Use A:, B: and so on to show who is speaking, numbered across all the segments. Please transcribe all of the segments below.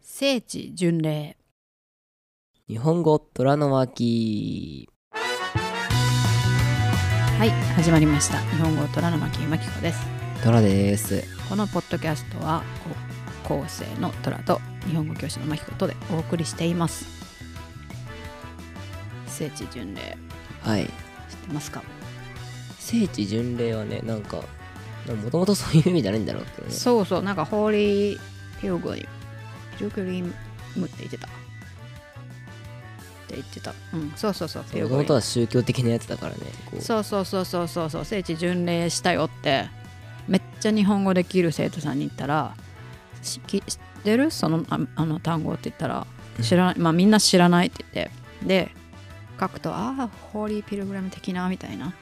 A: 聖地巡礼
B: 日本語虎の巻
A: はい始まりました日本語虎の巻真紀子です
B: 虎です
A: このポッドキャストは高校生の虎と日本語教師の真紀子とでお送りしています聖地巡礼
B: はい
A: 知ってますか
B: 聖地巡礼はねなんかもともとそういう意味じゃないんだろうけどね
A: そうそうなんかホーリーピルグリムピルグリムって言ってたって言ってたうんそうそうそう
B: もともとは宗教的なやつだからねこう
A: そうそうそうそうそうそう聖地巡礼したよってめっちゃ日本語できる生徒さんに言ったら「しき知ってるそのああの単語」って言ったら「知らない」まあみんな知らないって言ってで書くと「ああホーリーピルグラム的な」みたいな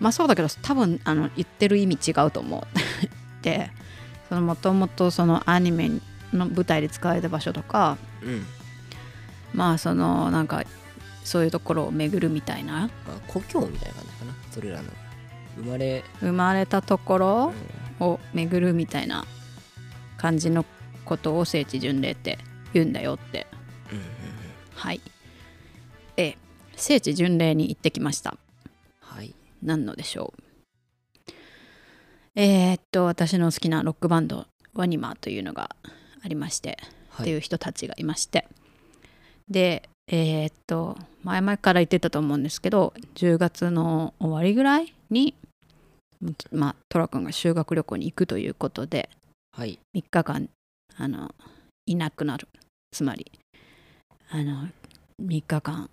A: まあそうだけど多分あの言ってる意味違うと思う ってそのもともとそのアニメの舞台で使われた場所とか
B: うん
A: まあそのなんかそういうところを巡るみたいな
B: まあ、故郷みたいな感じかなそれらの生まれ
A: 生まれたとこ
B: う
A: ろ
B: ん
A: を巡るみたいな感じのことを聖地巡礼って言うんだよってはいで聖地巡礼に行ってきました
B: はい
A: 何のでしょうえーっと私の好きなロックバンドワニマーというのがありまして、
B: は
A: ってい
B: いう
A: 人たちがいましてでえーっと前々から言ってたと思うんですけど10月の終わりぐらいにまあトラ君が修学旅行に行くということで
B: はい
A: 3日間あのいなくなるつまりあの3日間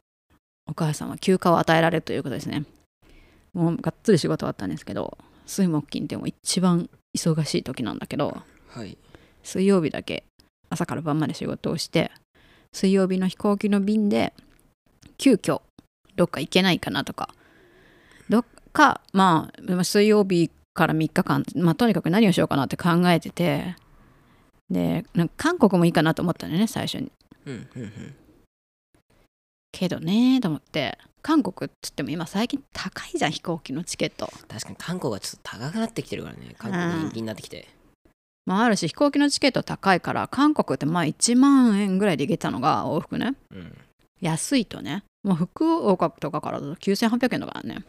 A: お母さんは休暇を与えられるということですねもうがっつり仕事終わったんですけど水木金ってもう一番忙しい時なんだけど
B: はい
A: 水曜日だけ朝から晩まで仕事をして水曜日の飛行機の便で急遽どっか行けないかなとかどっかまあ水曜日から3日間、まあ、とにかく何をしようかなって考えててでなんか韓国もいいかなと思ったのよね最初に
B: うんうんうん
A: けどねと思って韓国っつっても今最近高いじゃん飛行機のチケット
B: 確かに韓国はちょっと高くなってきてるからね韓国人気になってきて
A: まああるし飛行機のチケット高いから韓国ってまあ1万円ぐらいで行けたのが往復ね
B: うん
A: 安いとねもう福岡とかからだと9800円だからね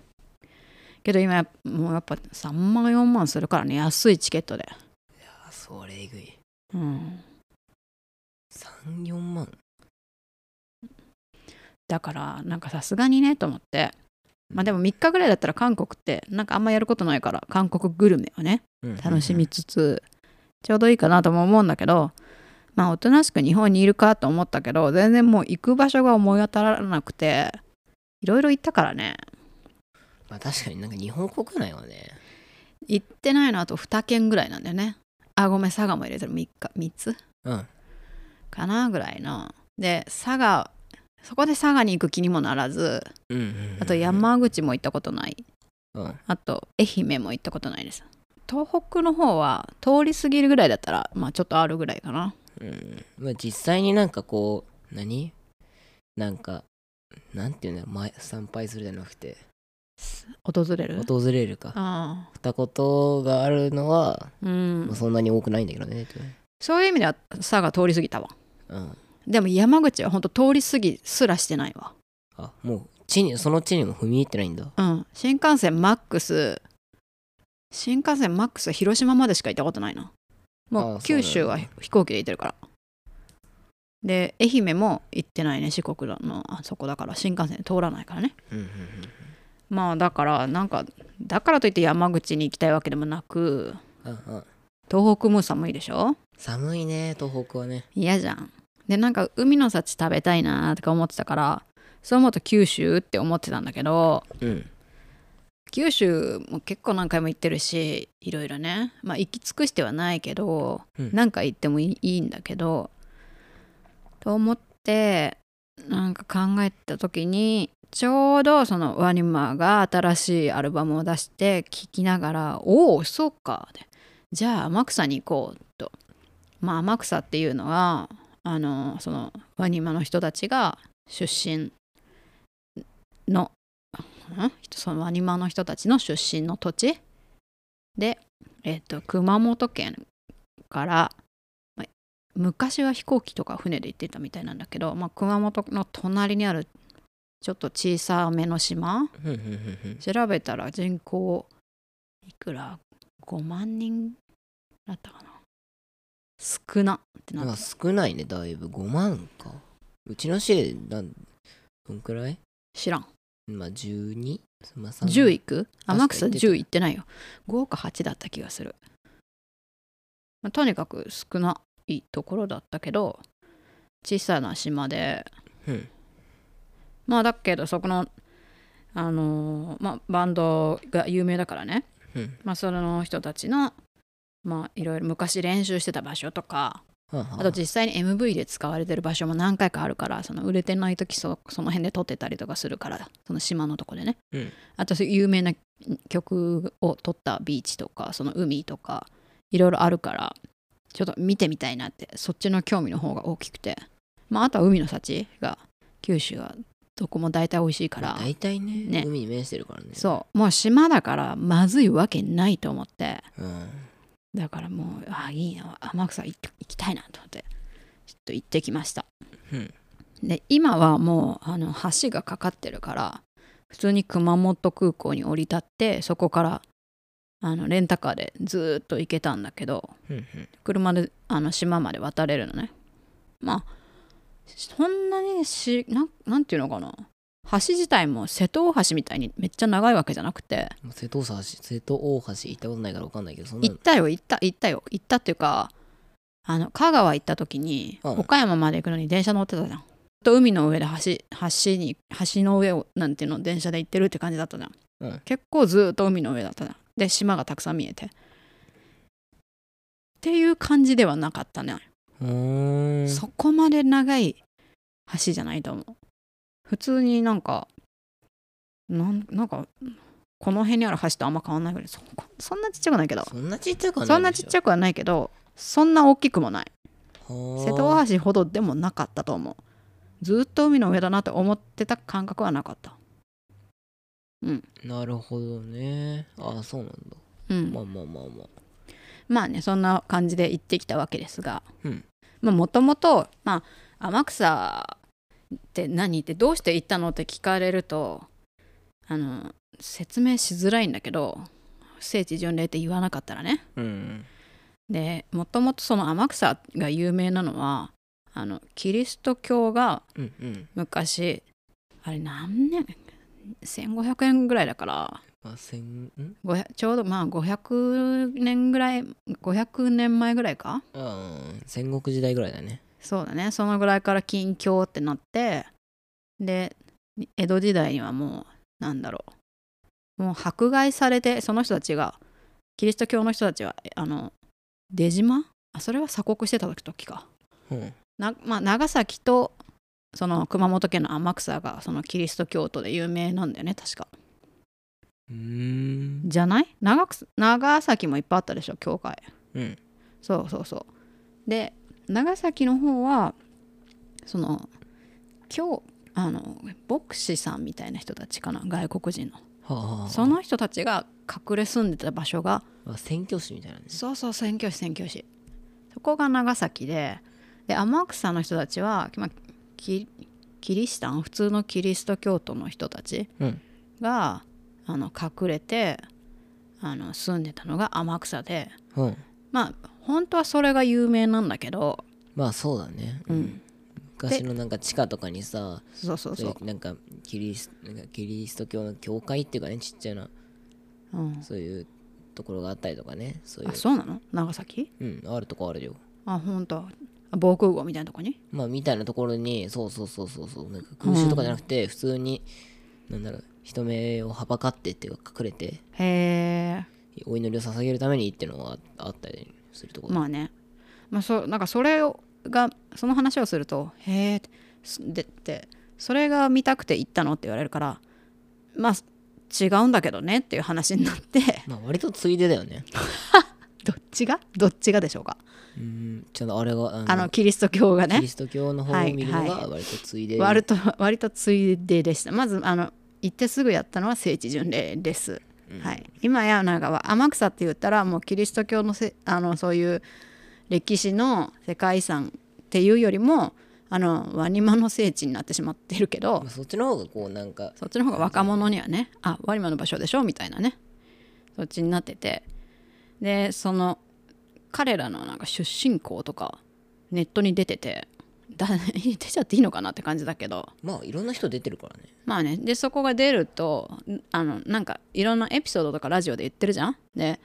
A: けど今やもうやっぱ3万4万するからね安いチケットで
B: あそれえぐい
A: うん
B: 34万
A: だからなんかさすがにねと思ってまあでも3日ぐらいだったら韓国ってなんかあんまやることないから韓国グルメをね楽しみつつちょうどいいかなとも思うんだけどまあおとなしく日本にいるかと思ったけど全然もう行く場所が思い当たらなくていろいろ行ったからね
B: まあ確かになんか日本国内はね
A: 行ってないのあと2軒ぐらいなんだよねあごめん佐賀も入れてる3日3つ
B: うん
A: かなぐらいので佐賀そこで佐賀に行く気にもならず
B: うんうんうん
A: あと山口も行ったことない
B: うん
A: あと愛媛も行ったことないです東北の方は通り過ぎるぐらいだったらまあちょっとあるぐらいかな
B: うんまあ実際になんかこう何なんかなんていうんだろう前参拝するじゃなくて
A: 訪れる
B: 訪れるか
A: ああ
B: ったことがあるのは、
A: う
B: まあ
A: ん
B: そんなに多くないんだけどね、
A: そういう意味では佐賀通り過ぎたわ
B: うん、
A: でも山口は本当通り過ぎすらしてないわ
B: あもう地にその地にも踏み入ってないんだ
A: うん新幹線マックス新幹線マックスは広島までしか行ったことないな
B: あ
A: もう
B: あ
A: 九州
B: そうな
A: は
B: んだ
A: 飛行機で行ってるからで愛媛も行ってないね四国のあそこだから新幹線通らないからね
B: うんうんうん
A: まあだからなんかだからといって山口に行きたいわけでもなく
B: うんうん
A: 東北も寒いでしょ
B: 寒いね東北はね
A: 嫌じゃんでなんか海の幸食べたいなとか思ってたからそう思うと九州って思ってたんだけど
B: うん
A: 九州も結構何回も行ってるしいろいろねまあ行き尽くしてはないけど、
B: うん
A: 何回行ってもいいいいんだけどと思ってなんか考えた時にちょうどそのワニマが新しいアルバムを出して聴きながら「おおそうか」でじゃあ天草に行こう」と。まあ天草っていうのはあのそのワニマの人たちが出身のんそのワニマの人たちの出身の土地で、えっと熊本県から、まあ昔は飛行機とか船で行ってたみたいなんだけど、まあ、熊本の隣にあるちょっと小さめの島
B: ふんふんふんふん
A: 調べたら人口いくら5万人だったかな少なってな
B: ま
A: っ
B: あ少ないねだいぶ5万かうちの市でなんどんくらい
A: 知らん
B: まあ 12? まあ3
A: 10行く
B: 確か
A: 天草
B: 行ってた
A: 10行ってないよ5か8だった気がする、まあとにかく少ないところだったけど小さな島で
B: うん
A: まあだけどそこのあのーまあバンドが有名だからね
B: うん
A: まあその人たちのまあいろいろ昔練習してた場所とか
B: はは
A: あと実際に MV で使われてる場所も何回かあるからその売れてない時そその辺で撮ってたりとかするからその島のとこでね、
B: うん
A: あとそういう有名な曲を撮ったビーチとかその海とかいろいろあるからちょっと見てみたいなってそっちの興味の方が大きくてまああとは海の幸が九州はどこも大体美味しいから、
B: まあ大体ね
A: ね
B: 海に面してるからね
A: そうもう島だからまずいわけないと思って
B: う、うん、
A: だからもうあいいな天草行き行きたいなと思ってちょっと行ってきました、
B: うん
A: で今はもうあの橋がかかってるから普通に熊本空港に降り立ってそこからあのレンタカーでずーっと行けたんだけど
B: ふんふん
A: 車であの島まで渡れるのねまあそんなにしなんなんていうのかな橋自体も瀬戸大橋みたいにめっちゃ長いわけじゃなくて
B: もう瀬戸大橋瀬戸大橋行ったことないから分かんないけどそんな
A: 行ったよ行った行ったよ行ったっていうかあの香川行った時に、
B: うん
A: 岡山まで行くのに電車乗ってたじゃんと海の上で橋橋に橋の上をなんていうの電車で行ってるって感じだったじゃん、
B: うん
A: 結構ずーっと海の上だったじゃんで島がたくさん見えてっていう感じではなかったね、
B: うーん
A: そこまで長い橋じゃないと思う普通になんかなんなんかこの辺にある橋とあんま変わんないぐらいそこそんなちっちゃくないけど
B: そんなちっちゃくはない
A: そんなちっちゃくはないけどそんな大きくもない瀬
B: 瀬
A: 戸大橋ほどでもなかったと思うずっと海の上だなって思ってた感覚はなかった
B: なるほどねああそうなんだ
A: うん
B: まあまあまあまあ
A: まあねそんな感じで行ってきたわけですが
B: うん
A: まあもともとまあ天草って何ってどうして行ったのって聞かれるとあの説明しづらいんだけど聖地巡礼って言わなかったらね
B: うん
A: でもともとその天草が有名なのはあのキリスト教が
B: うんうん
A: 昔あれ何年1500円ぐらいだから
B: まあ千ん
A: 500ちょうどまあ500年ぐらい500年前ぐらいか
B: ああ戦国時代ぐらいだね
A: そうだねそのぐらいから近況ってなってで江戸時代にはもうなんだろうもう迫害されてその人たちがキリスト教の人たちはえあの出島あそれは鎖国してた時か
B: うん
A: なまあ、長崎とその熊本県の天草がそのキリスト教徒で有名なんだよね確か
B: うーん
A: じゃない長く長崎もいっぱいあったでしょ教会
B: うん
A: そうそうそうで長崎の方はその今日あの牧師さんみたいな人たちかな外国人
B: はあはあ
A: のその人たちが隠れ住んでた場所が
B: あ宣教師みたいなね
A: そうそう宣教師宣教師そこが長崎でで天草の人たちは、まあ、キキリシタン普通のキリスト教徒の人たち
B: うん
A: があの隠れてあの住んでたのが天草で
B: うん
A: まあ本当はそれが有名なんだけど
B: まあそうだね
A: うん、
B: 昔のなんか地下とかにさ
A: そうそう
B: そうい
A: そう
B: なんかキリスなんかキリスト教の教会っていうかねちっちゃな
A: う、うん、
B: そういうところがあったりとかねそういう
A: あそうなの長崎
B: うんあるとこあるよ
A: あ本当あ防空壕みたいなとこに
B: まあみたいなところにそうそうそうそうそうなんか空襲とかじゃなくて普通に、なんだろう人目をはばかってっていうか隠れて
A: へえ
B: お祈りを捧げるためにっていうのはあったりするところ、
A: まあね、まあ、そうなんかそれをがその話をすると「へえ」すでってそれが見たくて行ったのって言われるからまあ違うんだけどねっていう話になって
B: まあ割とついでだよね
A: どっちがどっちがでしょうか
B: うんちょっとあれがあの
A: あのキリスト教が
B: キリ
A: ね
B: スト教の方を見るの
A: はいは
B: が割とついで、
A: 割と 割とついででしたまずあの行ってすぐやったのは聖地巡礼です、
B: うん
A: はい、今やなんかは天草って言ったらもうキリスト教のせあのそういう歴史の世界遺産っていうよりもあのワニマの聖地になってしまってるけど
B: まあ、そっちの方がこうなんか
A: そっちの方が若者にはねあワニマの場所でしょみたいなねそっちになっててでその彼らのなんか出身校とかネットに出ててだ 出ちゃっていいのかなって感じだけど
B: まあいろんな人出てるからね
A: まあねでそこが出るとんあのなんかいろんなエピソードとかラジオで言ってるじゃんで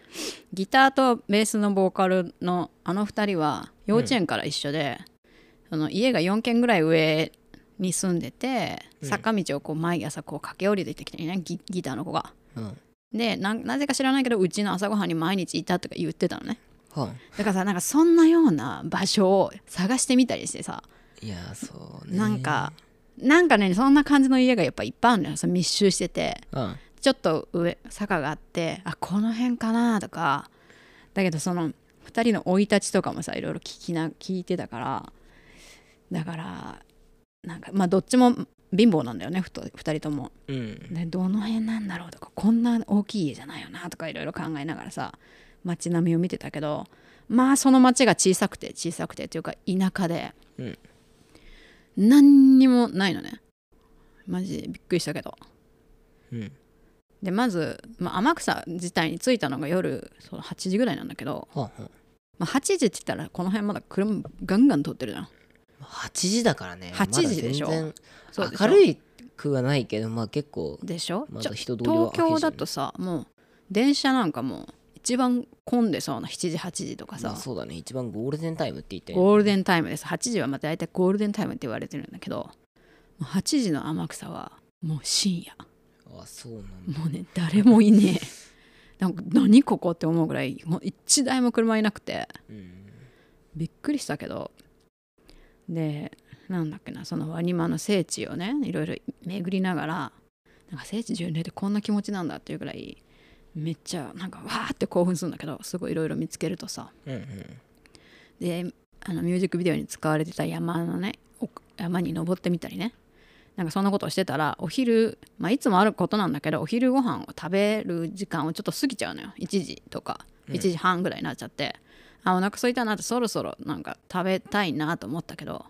A: ギターとベースのボーカルのあの2人は幼稚園から一緒で、その家が4軒ぐらい上に住んでて
B: うん
A: 坂道をこう毎朝こう駆け下りてきてねギギターの子が。
B: うんは
A: でななぜか知らないけどうちの朝ごはんに毎日いたとか言ってたのね
B: あ
A: だからさなんかそんなような場所を探してみたりしてさ
B: いやーそうね
A: なんか、なんかねそんな感じの家がやっぱいっぱいあるのよその密集してて
B: うん
A: ちょっと上坂があってあこの辺かなとかだけどその2人の生い立ちとかもさいろいろ聞きな聞いてたからだからなんかまあどっちも貧乏なんだよねふと2人とも。
B: うん
A: でどの辺なんだろうとかこんな大きい家じゃないよなとかいろいろ考えながらさ街並みを見てたけどまあその街が小さくて小さくてというか田舎で、
B: うん
A: 何にもないのねマジでびっくりしたけど
B: うん
A: でまず、まあ、天草自体に着いたのが夜そう8時ぐらいなんだけど、
B: はあは
A: まあ、8時って言ったらこの辺まだ車ガンガン通ってるじゃん
B: あ8時だからね
A: 8時でしょ
B: まだ全
A: そう
B: 然
A: でしょ
B: 明るくはないけどまあ結構
A: でしょ、
B: ま
A: ち
B: だ
A: ょ
B: 人通り
A: 東
B: は
A: 京だ
B: 激
A: とさもう電車なんかもう一番混んでそうな7時8時とか
B: しいね
A: さ、
B: まあそうだね一番ゴールデンタイムって言って
A: ゴールデンタイムです8時はまた大体ゴールデンタイムって言われてるんだけどもう8時の天草はもう深夜
B: あそうなんだ
A: もうね誰もい ねえなんか何ここって思うぐらいもう一台も車いなくて
B: うん
A: びっくりしたけどでなんだっけなそのワニマの聖地をねいろいろ巡りながらなんか聖地巡礼ってこんな気持ちなんだっていうぐらいめっちゃなんかわーって興奮するんだけどすごいいろいろ見つけるとさ
B: うんうん
A: であのミュージックビデオに使われてた山のねお山に登ってみたりねなんかそんなことをしてたらお昼、まあ、いつもあることなんだけどお昼ご飯を食べる時間をちょっと過ぎちゃうのよ1時とか
B: うん
A: 1時半ぐらいになっちゃって、あお腹空いたなってそろそろなんか食べたいなと思ったけど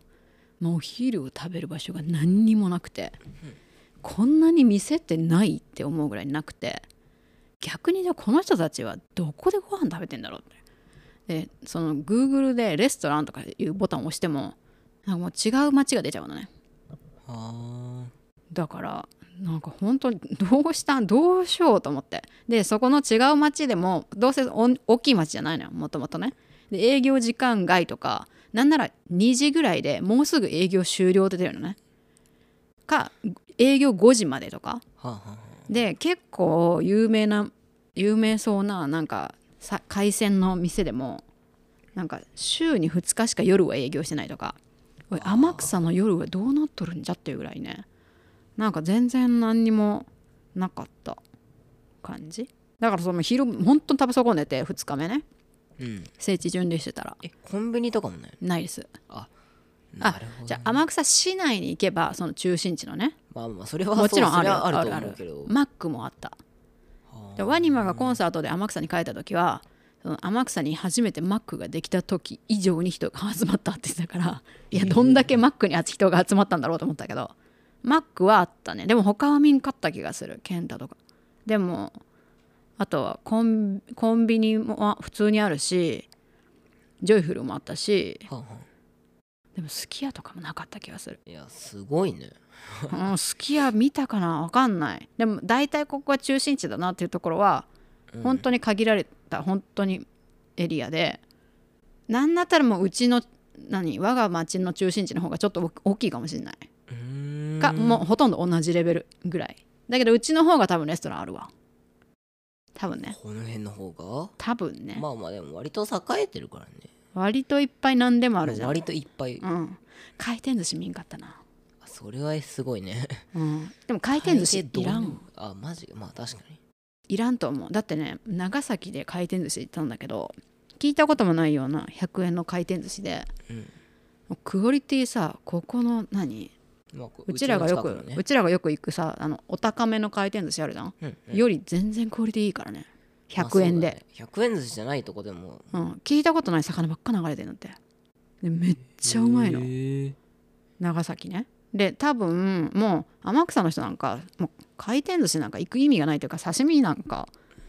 A: もうお昼を食べる場所が何にもなくて、こんなに店ってないって思うぐらいなくて逆にじゃあこの人たちはどこでご飯食べてんだろうってでその Google でレストランとかいうボタンを押してもなんかもう違う街が出ちゃうのね
B: は
A: だからなんか本当にどうしたんどうしようと思ってでそこの違う町でもどうせお大きい町じゃないのよもともとねで営業時間外とかなんなら2時ぐらいでもうすぐ営業終了って出るのねか営業5時までとか
B: あはあはあは
A: で結構有名な有名そうななんかさ海鮮の店でもなんか週に2日しか夜は営業してないとかおい天草の夜はどうなっとるんじゃっていうぐらいねなんか全然何にもなかった感じだからその昼本当に食べ損ねて2日目ね
B: あうん
A: 聖地巡礼してたら
B: えコンビニとかもない
A: ないです
B: の
A: あ
B: なるほど
A: じゃあ天草市内に行けばその中心地のね
B: まあまあそれは
A: もちろん
B: そ
A: あ
B: うそれ
A: る
B: は
A: あ
B: ある
A: る
B: と
A: あ
B: 思う
A: る
B: けど
A: マックもあった
B: はあ
A: でワニマがコンサートで天草に帰った時はその天草に初めてマックができた時以上に人が集まったって言ってたからいやどんだけマックに人が集まったんだろうと思ったけどマックはあったねでも他は見んかった気がする健太とかでもあとはコンコンビニも普通にあるしジョイフルもあったし
B: はあはあ
A: でもすき家とかもなかった気がする
B: いやすごいね
A: うんすき家見たかなわかんないでも大体ここが中心地だなっていうところは
B: うん
A: 本当に限られた本当にエリアで何だったらもううちの何我が町の中心地の方がちょっと大大きいかもしれないう
B: ーん
A: かもうほとんど同じレベルぐらいだけどうちの方が多分レストランあるわ多分ね
B: この辺の方が
A: 多分ね
B: まあまあでも割と栄えてるからね
A: 割といっぱい何でもあるじゃん
B: 割といっぱい、
A: うん回転寿司見んかったな、
B: あそれはすごいね
A: うん、でも回転寿司いらん
B: あマジまあ確かに
A: いらんと思うだってね長崎で回転寿司行ったんだけど聞いたこともないような100円の回転寿司で、
B: うん
A: もうクオリティさここの何
B: まあこ
A: うちらがよく
B: う
A: う,、
B: ちの近くのね
A: ちらがよく行くさあのお高めの回転寿司あるじゃん、
B: うんうん
A: より全然クオリティいいからね100円で、
B: まあそうだね100円寿司じゃないとこでも
A: うん、聞いたことない魚ばっか流れてるのってでめっちゃうまいの、
B: へー
A: 長崎ねで多分もう天草の人なんかもう回転寿司なんか行く意味がないというか刺身なんか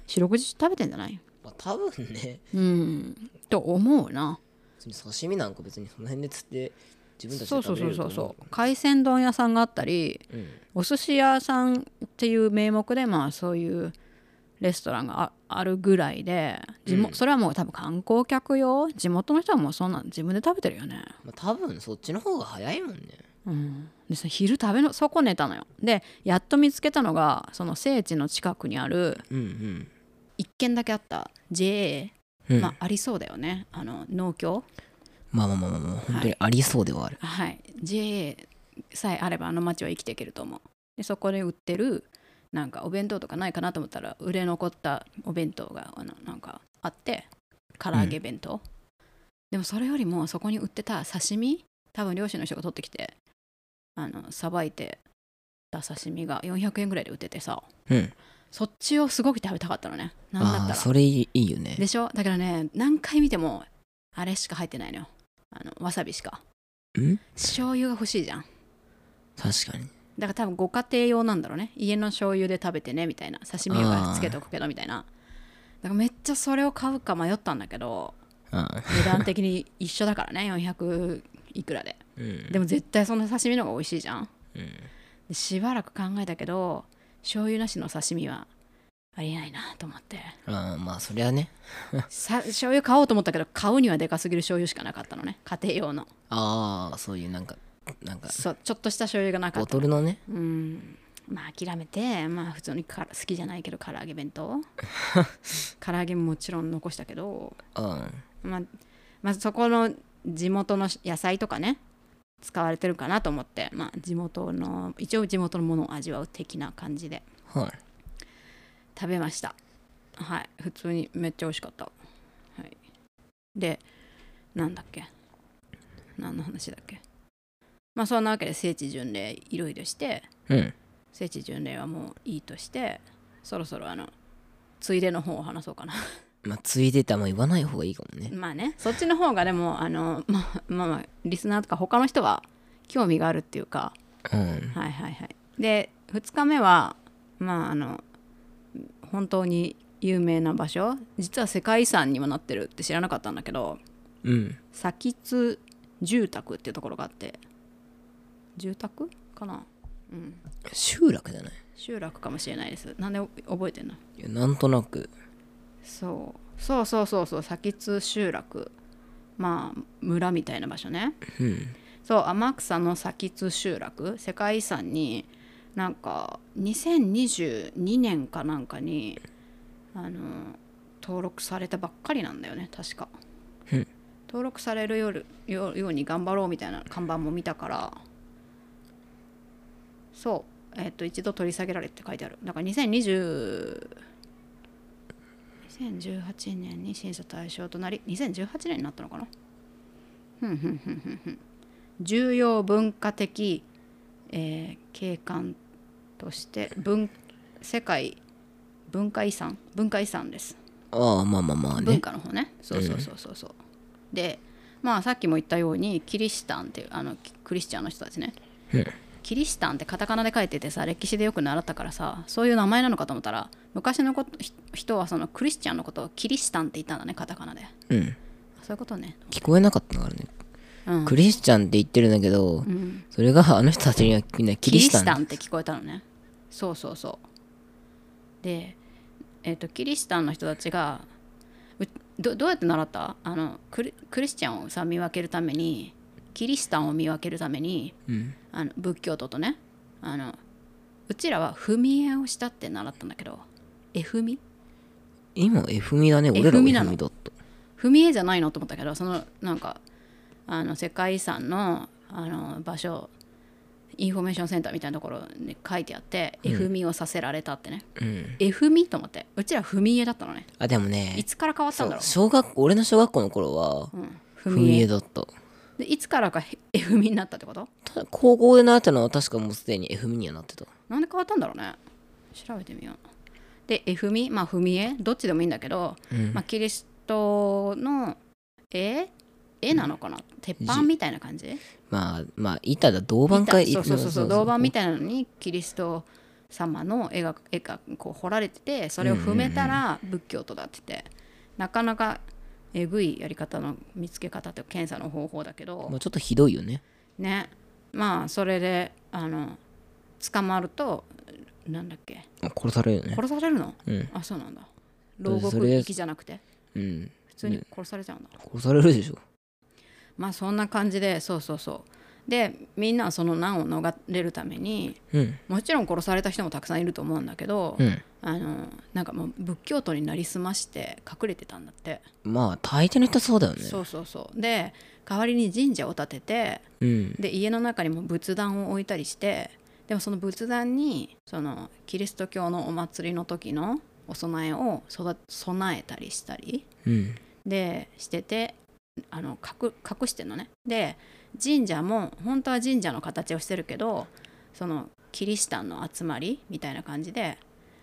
A: 四六時中食べてんじゃない
B: まあ多分ね
A: うんと思うな
B: 別に刺身なんか別にその辺で釣って自分たち
A: そう
B: で
A: そう
B: 食べ
A: そ
B: れ
A: う
B: ると
A: そ
B: 思
A: う
B: う
A: そう海鮮丼屋さんがあったり
B: うん
A: お寿司屋さんっていう名目でまあそういうレストランがああるぐらいで地元、
B: うん
A: それはもう多分観光客用地元の人はもうそんなん自分で食べてるよね
B: まあ多分そっちの方が早いもんね
A: うん、でその昼食べのそこ寝たのよでやっと見つけたのがその聖地の近くにある
B: うん
A: 一軒だけあった JA、
B: うん
A: まあありそうだよねあの農協
B: まあまあまあまあ、まあ、本当にありそうではある、
A: はい JA さえあればあの町は生きていけると思うでそこで売ってるなんかお弁当とかないかなと思ったら売れ残ったお弁当があのなんかあって唐揚げ弁当、でもそれよりもそこに売ってた刺身多分漁師の人が取ってきてあのさばいてた刺身が400円ぐらいで売っててさ
B: うん
A: そっちをすごく食べたかったのねなんだっ
B: あ
A: た
B: あ
A: ら
B: それいいいいよね
A: でしょだからね何回見てもあれしか入ってないのよあのわさびしか
B: うん
A: 醤油が欲しいじゃん
B: 確かに
A: だから多分ご家庭用なんだろうね家の醤油で食べてねみたいな刺身はつけとくけどみたいなだからめっちゃそれを買うか迷ったんだけ ど
B: ああ
A: 値段的に一緒だからね400いくらで
B: うん
A: でも絶対そんな刺身の方が美味しいじゃん
B: うん
A: でしばらく考えたけど醤油なしの刺身はありえないなと思って
B: ああまあそりゃね
A: さ醤油買おうと思ったけど買うにはでかすぎる醤油しかなかったのね家庭用の
B: ああそういうなんかなんか
A: そうちょっとした醤油がなか
B: ボ
A: った
B: トルのね
A: うんまあ諦めてまあ普通にから好きじゃないけど唐揚げ弁 当唐揚げももちろん残したけど、
B: うん
A: まあ、まずそこの地元の野菜とかね使われてるかなと思って、まあ、地元の一応地元のものを味わう的な感じで
B: はい
A: 食べましたはい普通にめっちゃ美味しかった、はい、でなんだっけ何の話だっけまあそんなわけで聖地巡礼いろいろして
B: うん
A: 聖地巡礼はもういいとしてそろそろあのついでの方を話そうかな
B: まあついでたも言わない方がいいかもね
A: まあねそっちの方がでもあのまあまあまあリスナーとか他の人は興味があるっていうか
B: うん
A: はいはいはいで2日目はまああの本当に有名な場所実は世界遺産にもなってるって知らなかったんだけど
B: うん
A: 佐木津住宅っていうところがあって住宅かなうん
B: 集落じゃない
A: 集落かもしれないですなんで覚えてんの
B: いやなんとなく
A: そうそうそうそうそう先津集落まあ村みたいな場所ね
B: うん
A: そう天草の先津集落世界遺産になんか2022年かなんかにあの登録されたばっかりなんだよね確か
B: うん
A: 登録されるよるよように頑張ろうみたいな看板も見たからそうえっ、と一度取り下げられって書いてあるだから2020 2018年に審査対象となり2018年になったのかな重要文化的、えー景観として文世界文化遺産文化遺産です、
B: ああまあまあまあ
A: 文
B: ね
A: 化の方ねそうそうそうそうそう、でまあさっきも言ったようにキリシタンっていうあのキクリスチャンの人たちね、
B: うん
A: キリシタンってカタカナで書いててさ歴史でよく習ったからさそういう名前なのかと思ったら昔のことひ人はそのクリスチャンのことをキリシタンって言ったんだねカタカナで
B: うん
A: そういうことね
B: 聞こえなかったからね
A: うん
B: クリスチャンって言ってるんだけど、それがあの人たちにはみんな
A: キ
B: キリ
A: リ
B: シタン
A: シタンって聞こえたのねそうそうそうで、えっとキリシタンの人たちがうどどうやって習ったあのクリクリスチャンをさ見分けるためにキリシタンを見分けるために
B: うん
A: あの仏教徒とねあのうちらは踏み絵をしたって習ったんだけど絵踏み
B: 今 F ミだね俺ら
A: F ミ
B: F
A: なの
B: ミだった
A: 踏み絵じゃないのと思ったけどそのなんかあの世界遺産のあの場所インフォメーションセンターみたいなところに書いてあって、絵踏みをさせられたってね
B: うん
A: 絵踏みと思ってうちら踏み絵だったのね
B: あでも
A: い
B: ね
A: つから変わったんだろ
B: 小学俺の小学校の頃は
A: う、うん、
B: 踏
A: 踏み
B: み絵
A: 絵
B: だった
A: でいつからかへ絵踏みになったってこと
B: ただ高校で習ったのは確かもうすでに F ミにはなってた
A: なんで変わったんだろうね調べてみようで絵踏みまあ踏み絵どっちでもいいんだけど、
B: うん
A: まあ、キリストの絵絵なのかな鉄板みたいな感じ
B: まあまあ板だ銅板か
A: 板そうそうそうそう銅板みたいなのにキリスト様の絵が絵がこう彫られててそれを踏めたら仏教徒だってて、なかなかえぐいやり方の見つけ方って検査の方法だけど、
B: まあちょっとひどいよね
A: ねまあそれであの捕まるとなんだっけ
B: 殺されるよね
A: 殺されるの、
B: うん
A: あそうなんだ
B: だ
A: 牢
B: ってそ
A: 獄
B: れ
A: 行きじゃなくて
B: うん
A: 普通に殺されちゃうんだ、
B: 殺されるでしょ
A: まあそんな感じでそうそうそうでみんなはその難を逃れるために
B: うん
A: もちろん殺された人もたくさんいると思うんだけど、
B: うん
A: あのなんかもう仏教徒になりすまして隠れてたんだって、
B: まあ大抵の人はそうだよね
A: そうそうそうで代わりに神社を建てて
B: うん
A: で家の中にも仏壇を置いたりしてでもその仏壇にそのキリスト教のお祭りの時のお供えを育備えたりしたり
B: うん
A: でしててあの隠隠してんのねで神社も本当は神社の形をしてるけどそのキリシタンの集まりみたいな感じで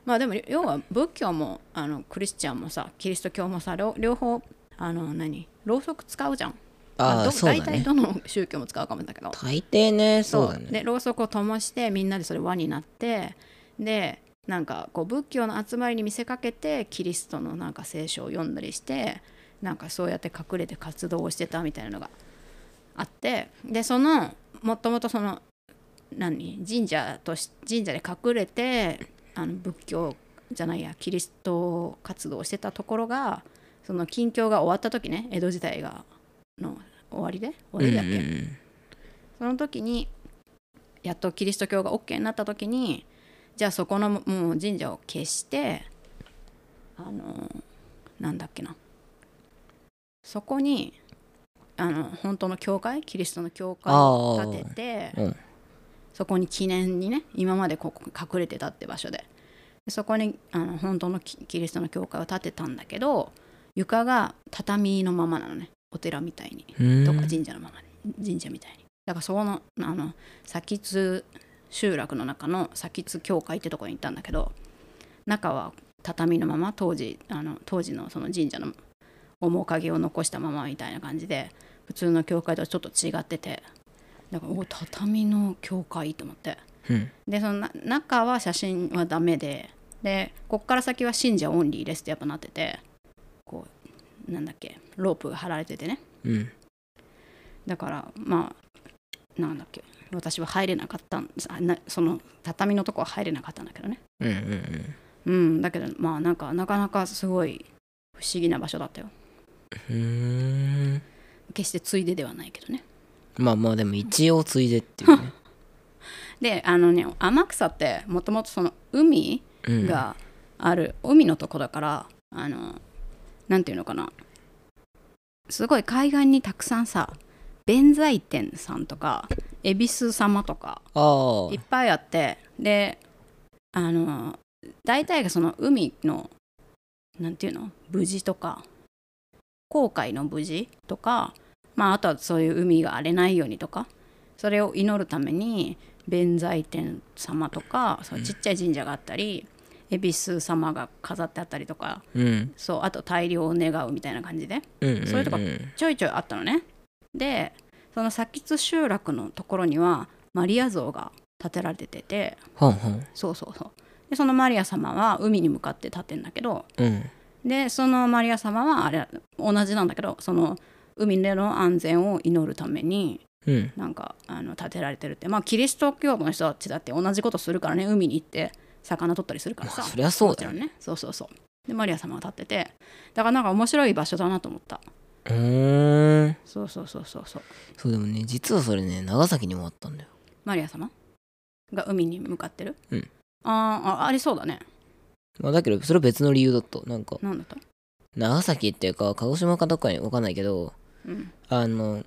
A: まあでも要は仏教もあのクリスチャンもさキリスト教もさ両両方あの何ろうそく使うじゃんま
B: あ
A: あ
B: あ
A: ど
B: そう
A: 大
B: だ
A: 体
B: ね
A: どの宗教も使うかもだけど
B: 大抵ね
A: そ
B: そううだね
A: でろうそくを灯してみんなでそれ輪になってでなんかこう仏教の集まりに見せかけてキリストのなんか聖書を読んだりしてなんかそうやって隠れて活動をしてたみたいなのがあってでそのもともとその何神社とし神社で隠れてあの仏教じゃないやキリスト活動をしてたところがその近況が終わった時ね江戸時代がの終わりで終わりだっけ、
B: うんうんうん
A: その時にやっとキリスト教が OK になった時にじゃあそこのもう神社を消してあのなんだっけなそこにあの本当の教会キリストの教会を建てて、
B: ああうん
A: そこに記念にね今までここ隠れてたって場所ででそこにあの本当のキキリストの教会を建てたんだけど床が畳のままなのねお寺みたいに。
B: うん
A: とか神社のままに神社みたいにだからそこのあの先津集落の中の先津教会ってとこに行ったんだけど中は畳のまま当時あの当時のその神社の面影を残したままみたいな感じで普通の教会とはちょっと違っててだからお畳の教会と思って
B: うん
A: でそのな中は写真はダメででこっから先は信者オンリーですってやっぱなっててこうなんだっけロープが張られててね
B: うん
A: だからまあなんだっけ私は入れなかったんあなその畳のとこは入れなかったんだけどね
B: うんうんうん
A: うんだけどまあなんかなかなかすごい不思議な場所だったよ
B: うーん
A: 決してついでではないけどね
B: まあまあでも一応ついでっていう ね
A: であのね天草ってもともとその海
B: うん
A: がある、海のとこだからあのなんていうのかなすごい海岸にたくさんさ弁財天さんとか恵比寿様とか
B: ああ
A: いっぱいあってであの大体がその海のなんていうの無事とか航海の無事とか、まあ、あとはそういう海が荒れないようにとかそれを祈るために弁財天様とかそうちっちゃい神社があったり恵比寿様が飾ってあったりとか
B: うん
A: そうあと大漁を願うみたいな感じで
B: うんうん
A: それとか
B: うん
A: ちょいちょいあったのねでその先津集落のところにはマリア像が建てられてて
B: はんはん
A: そうそうそうでそのマリア様は海に向かって立ってんだけど
B: うん
A: でそのマリア様はあれ同じなんだけどその海での安全を祈るために
B: うん
A: なんかあの建てられてるってまあキリスト教徒の人たちだって同じことするからね海に行って魚取ったりするからさ
B: そりゃそう
A: もち
B: だ
A: ろ
B: よ
A: んねそうそうそうでマリア様が立っててだからなんか面白い場所だなと思った
B: うーん
A: そうそうそうそうそう
B: そうでもね実はそれね長崎にもあったんだよ
A: マリア様が海に向かってる、
B: うん
A: あーあありそうだね
B: まあだけどそれは別の理由だったなんか
A: なんだった
B: 長崎っていうか鹿児島かどっかにわかんないけど
A: うん
B: あの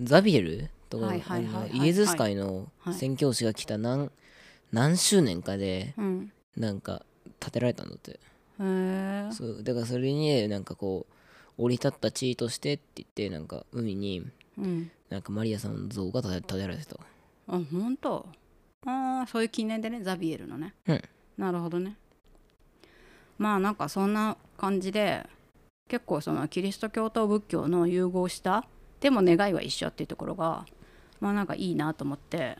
B: ザビエルとか
A: はいはいはいはい
B: あのイエズス会の
A: はい
B: 宣教師が来た何,、何周年かで
A: うん
B: なんか建てられたんだって
A: へえ
B: そうだからそれにねなんかこう降り立った地としてって言ってなんか海に
A: うん
B: なんかマリアさんの像が建て建てられてた
A: あ本当ああそういう記念でねザビエルのね、
B: うん
A: なるほどねまあなんかそんな感じで結構そのキリスト教と仏教の融合したでも願いは一緒っていうところがまあなんかいいなと思って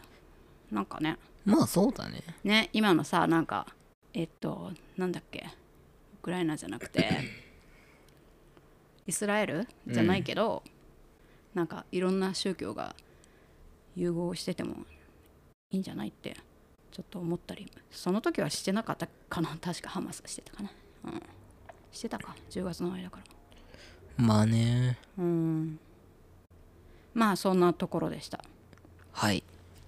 A: なんかね
B: まあそうだね
A: ね今のさなんかえっとなんだっけウクライナじゃなくてイスラエルじゃないけど、なんかいろんな宗教が融合しててもいいんじゃないってちょっと思ったりその時はしてなかったかな確かハマスしてたかなうんしてたか10月の間だから
B: まあね
A: うんまあそんなところでした
B: はい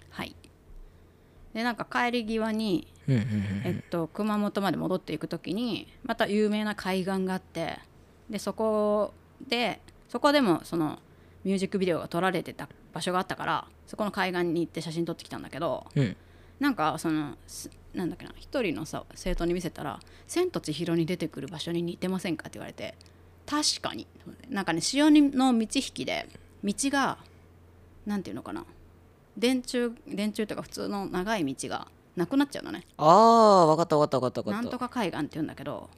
A: はいでなんか帰り際に
B: うんうんうん
A: えっと、熊本まで戻っていく時にまた有名な海岸があってでそこでそこでもそのミュージックビデオが撮られてた場所があったからそこの海岸に行って写真撮ってきたんだけど
B: うん
A: なんかそのすなんだっけな一人のさ生徒に見せたら「千と千尋に出てくる場所に似てませんか?」って言われて「確かに」なんかね潮の満ち引きで道がなんていうのかな電柱電柱というか普通の長い道がなくなっちゃうのね
B: ああ分かった分かった分かった分か
A: な
B: った
A: んとか海岸って言うんだけど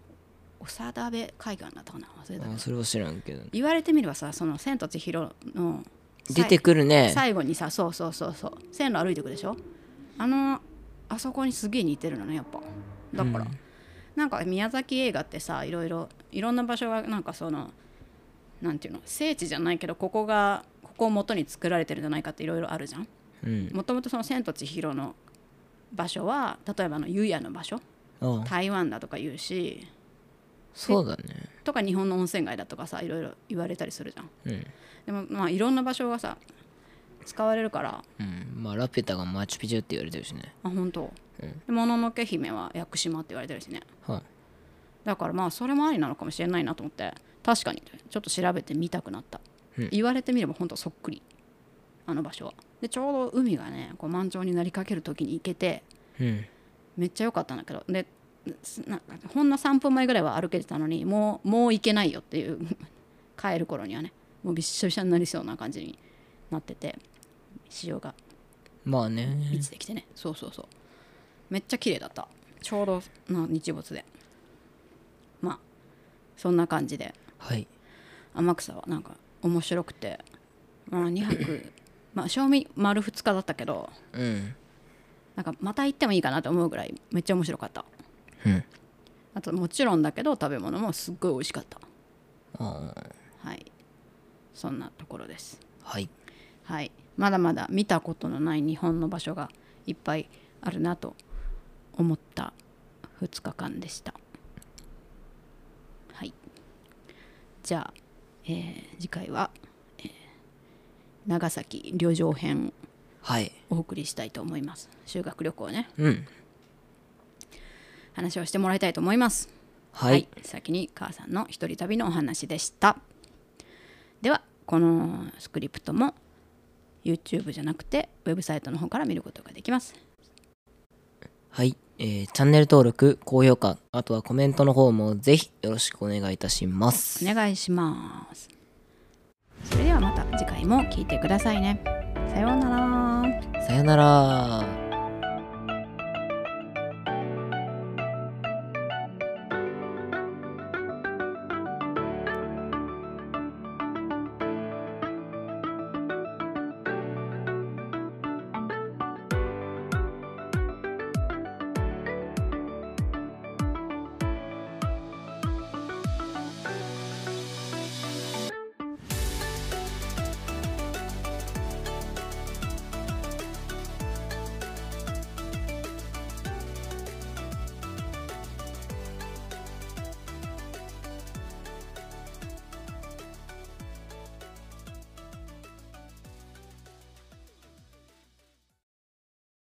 A: 長田部海岸だったかな忘れたけ
B: あ
A: ど
B: それは知らんけど
A: 言われてみればさその「千と千尋の」さい
B: 出てくるね
A: 最後にさそうそうそうそう線路歩いてくでしょあのあそこにすげえ似てるのねやっぱだから、
B: うん
A: なんか宮崎映画ってさいろいろいろんな場所がなんかそのなんていうの聖地じゃないけどここがここを元に作られてるんじゃないかっていろいろあるじゃん
B: うん
A: もともとその「千と千尋」の場所は例えばあの湯屋の場所
B: ああ
A: 台湾だとか言うし
B: そうだね
A: とか日本の温泉街だとかさいろいろ言われたりするじゃん
B: うん
A: でもまあいろんな場所がさ使われるから
B: うんまあラピュタがマチュピチュって言われてるしね
A: あ本当。
B: うん
A: でもののけ姫は屋久島って言われてるしね
B: はい
A: だからまあそれもありなのかもしれないなと思って確かにちょっと調べてみたくなった、
B: うん
A: 言われてみれば本当そっくりあの場所はでちょうど海がねこう満潮になりかける時に行けて
B: うん
A: めっちゃ良かったんだけどですなんかほんの3分前ぐらいは歩けてたのにもうもう行けないよっていう帰る頃にはねもうびっしょびしょになりそうな感じになってて潮が
B: まあね
A: 満ちてきてね、そうそうそうめっちゃ綺麗だったちょうどな日没でまあそんな感じで
B: はい
A: 天草はなんか面白くてまあ2泊まあ賞味丸2日だったけど
B: うん
A: なんかまた行ってもいいかなと思うぐらいめっちゃ面白かった
B: うん
A: あともちろんだけど食べ物もすっごい美味しかった
B: ああ
A: はいそんなところです
B: はい
A: はいまだまだ見たことのない日本の場所がいっぱいあるなと思った2日間でしたはいじゃあ、えー次回は、えー長崎旅情編
B: はい
A: をお送りしたいと思います修学旅行ね
B: うん
A: 話をしてもらいたいと思います
B: はい、
A: 先に母さんの一人旅のお話でしたではこのスクリプトも YouTube じゃなくてウェブサイトの方から見ることができます
B: はい、えーチャンネル登録高評価あとはコメントの方もぜひよろしくお願いいたします
A: お願いしますそれではまた次回も聞いてくださいねさようなら
B: さよなら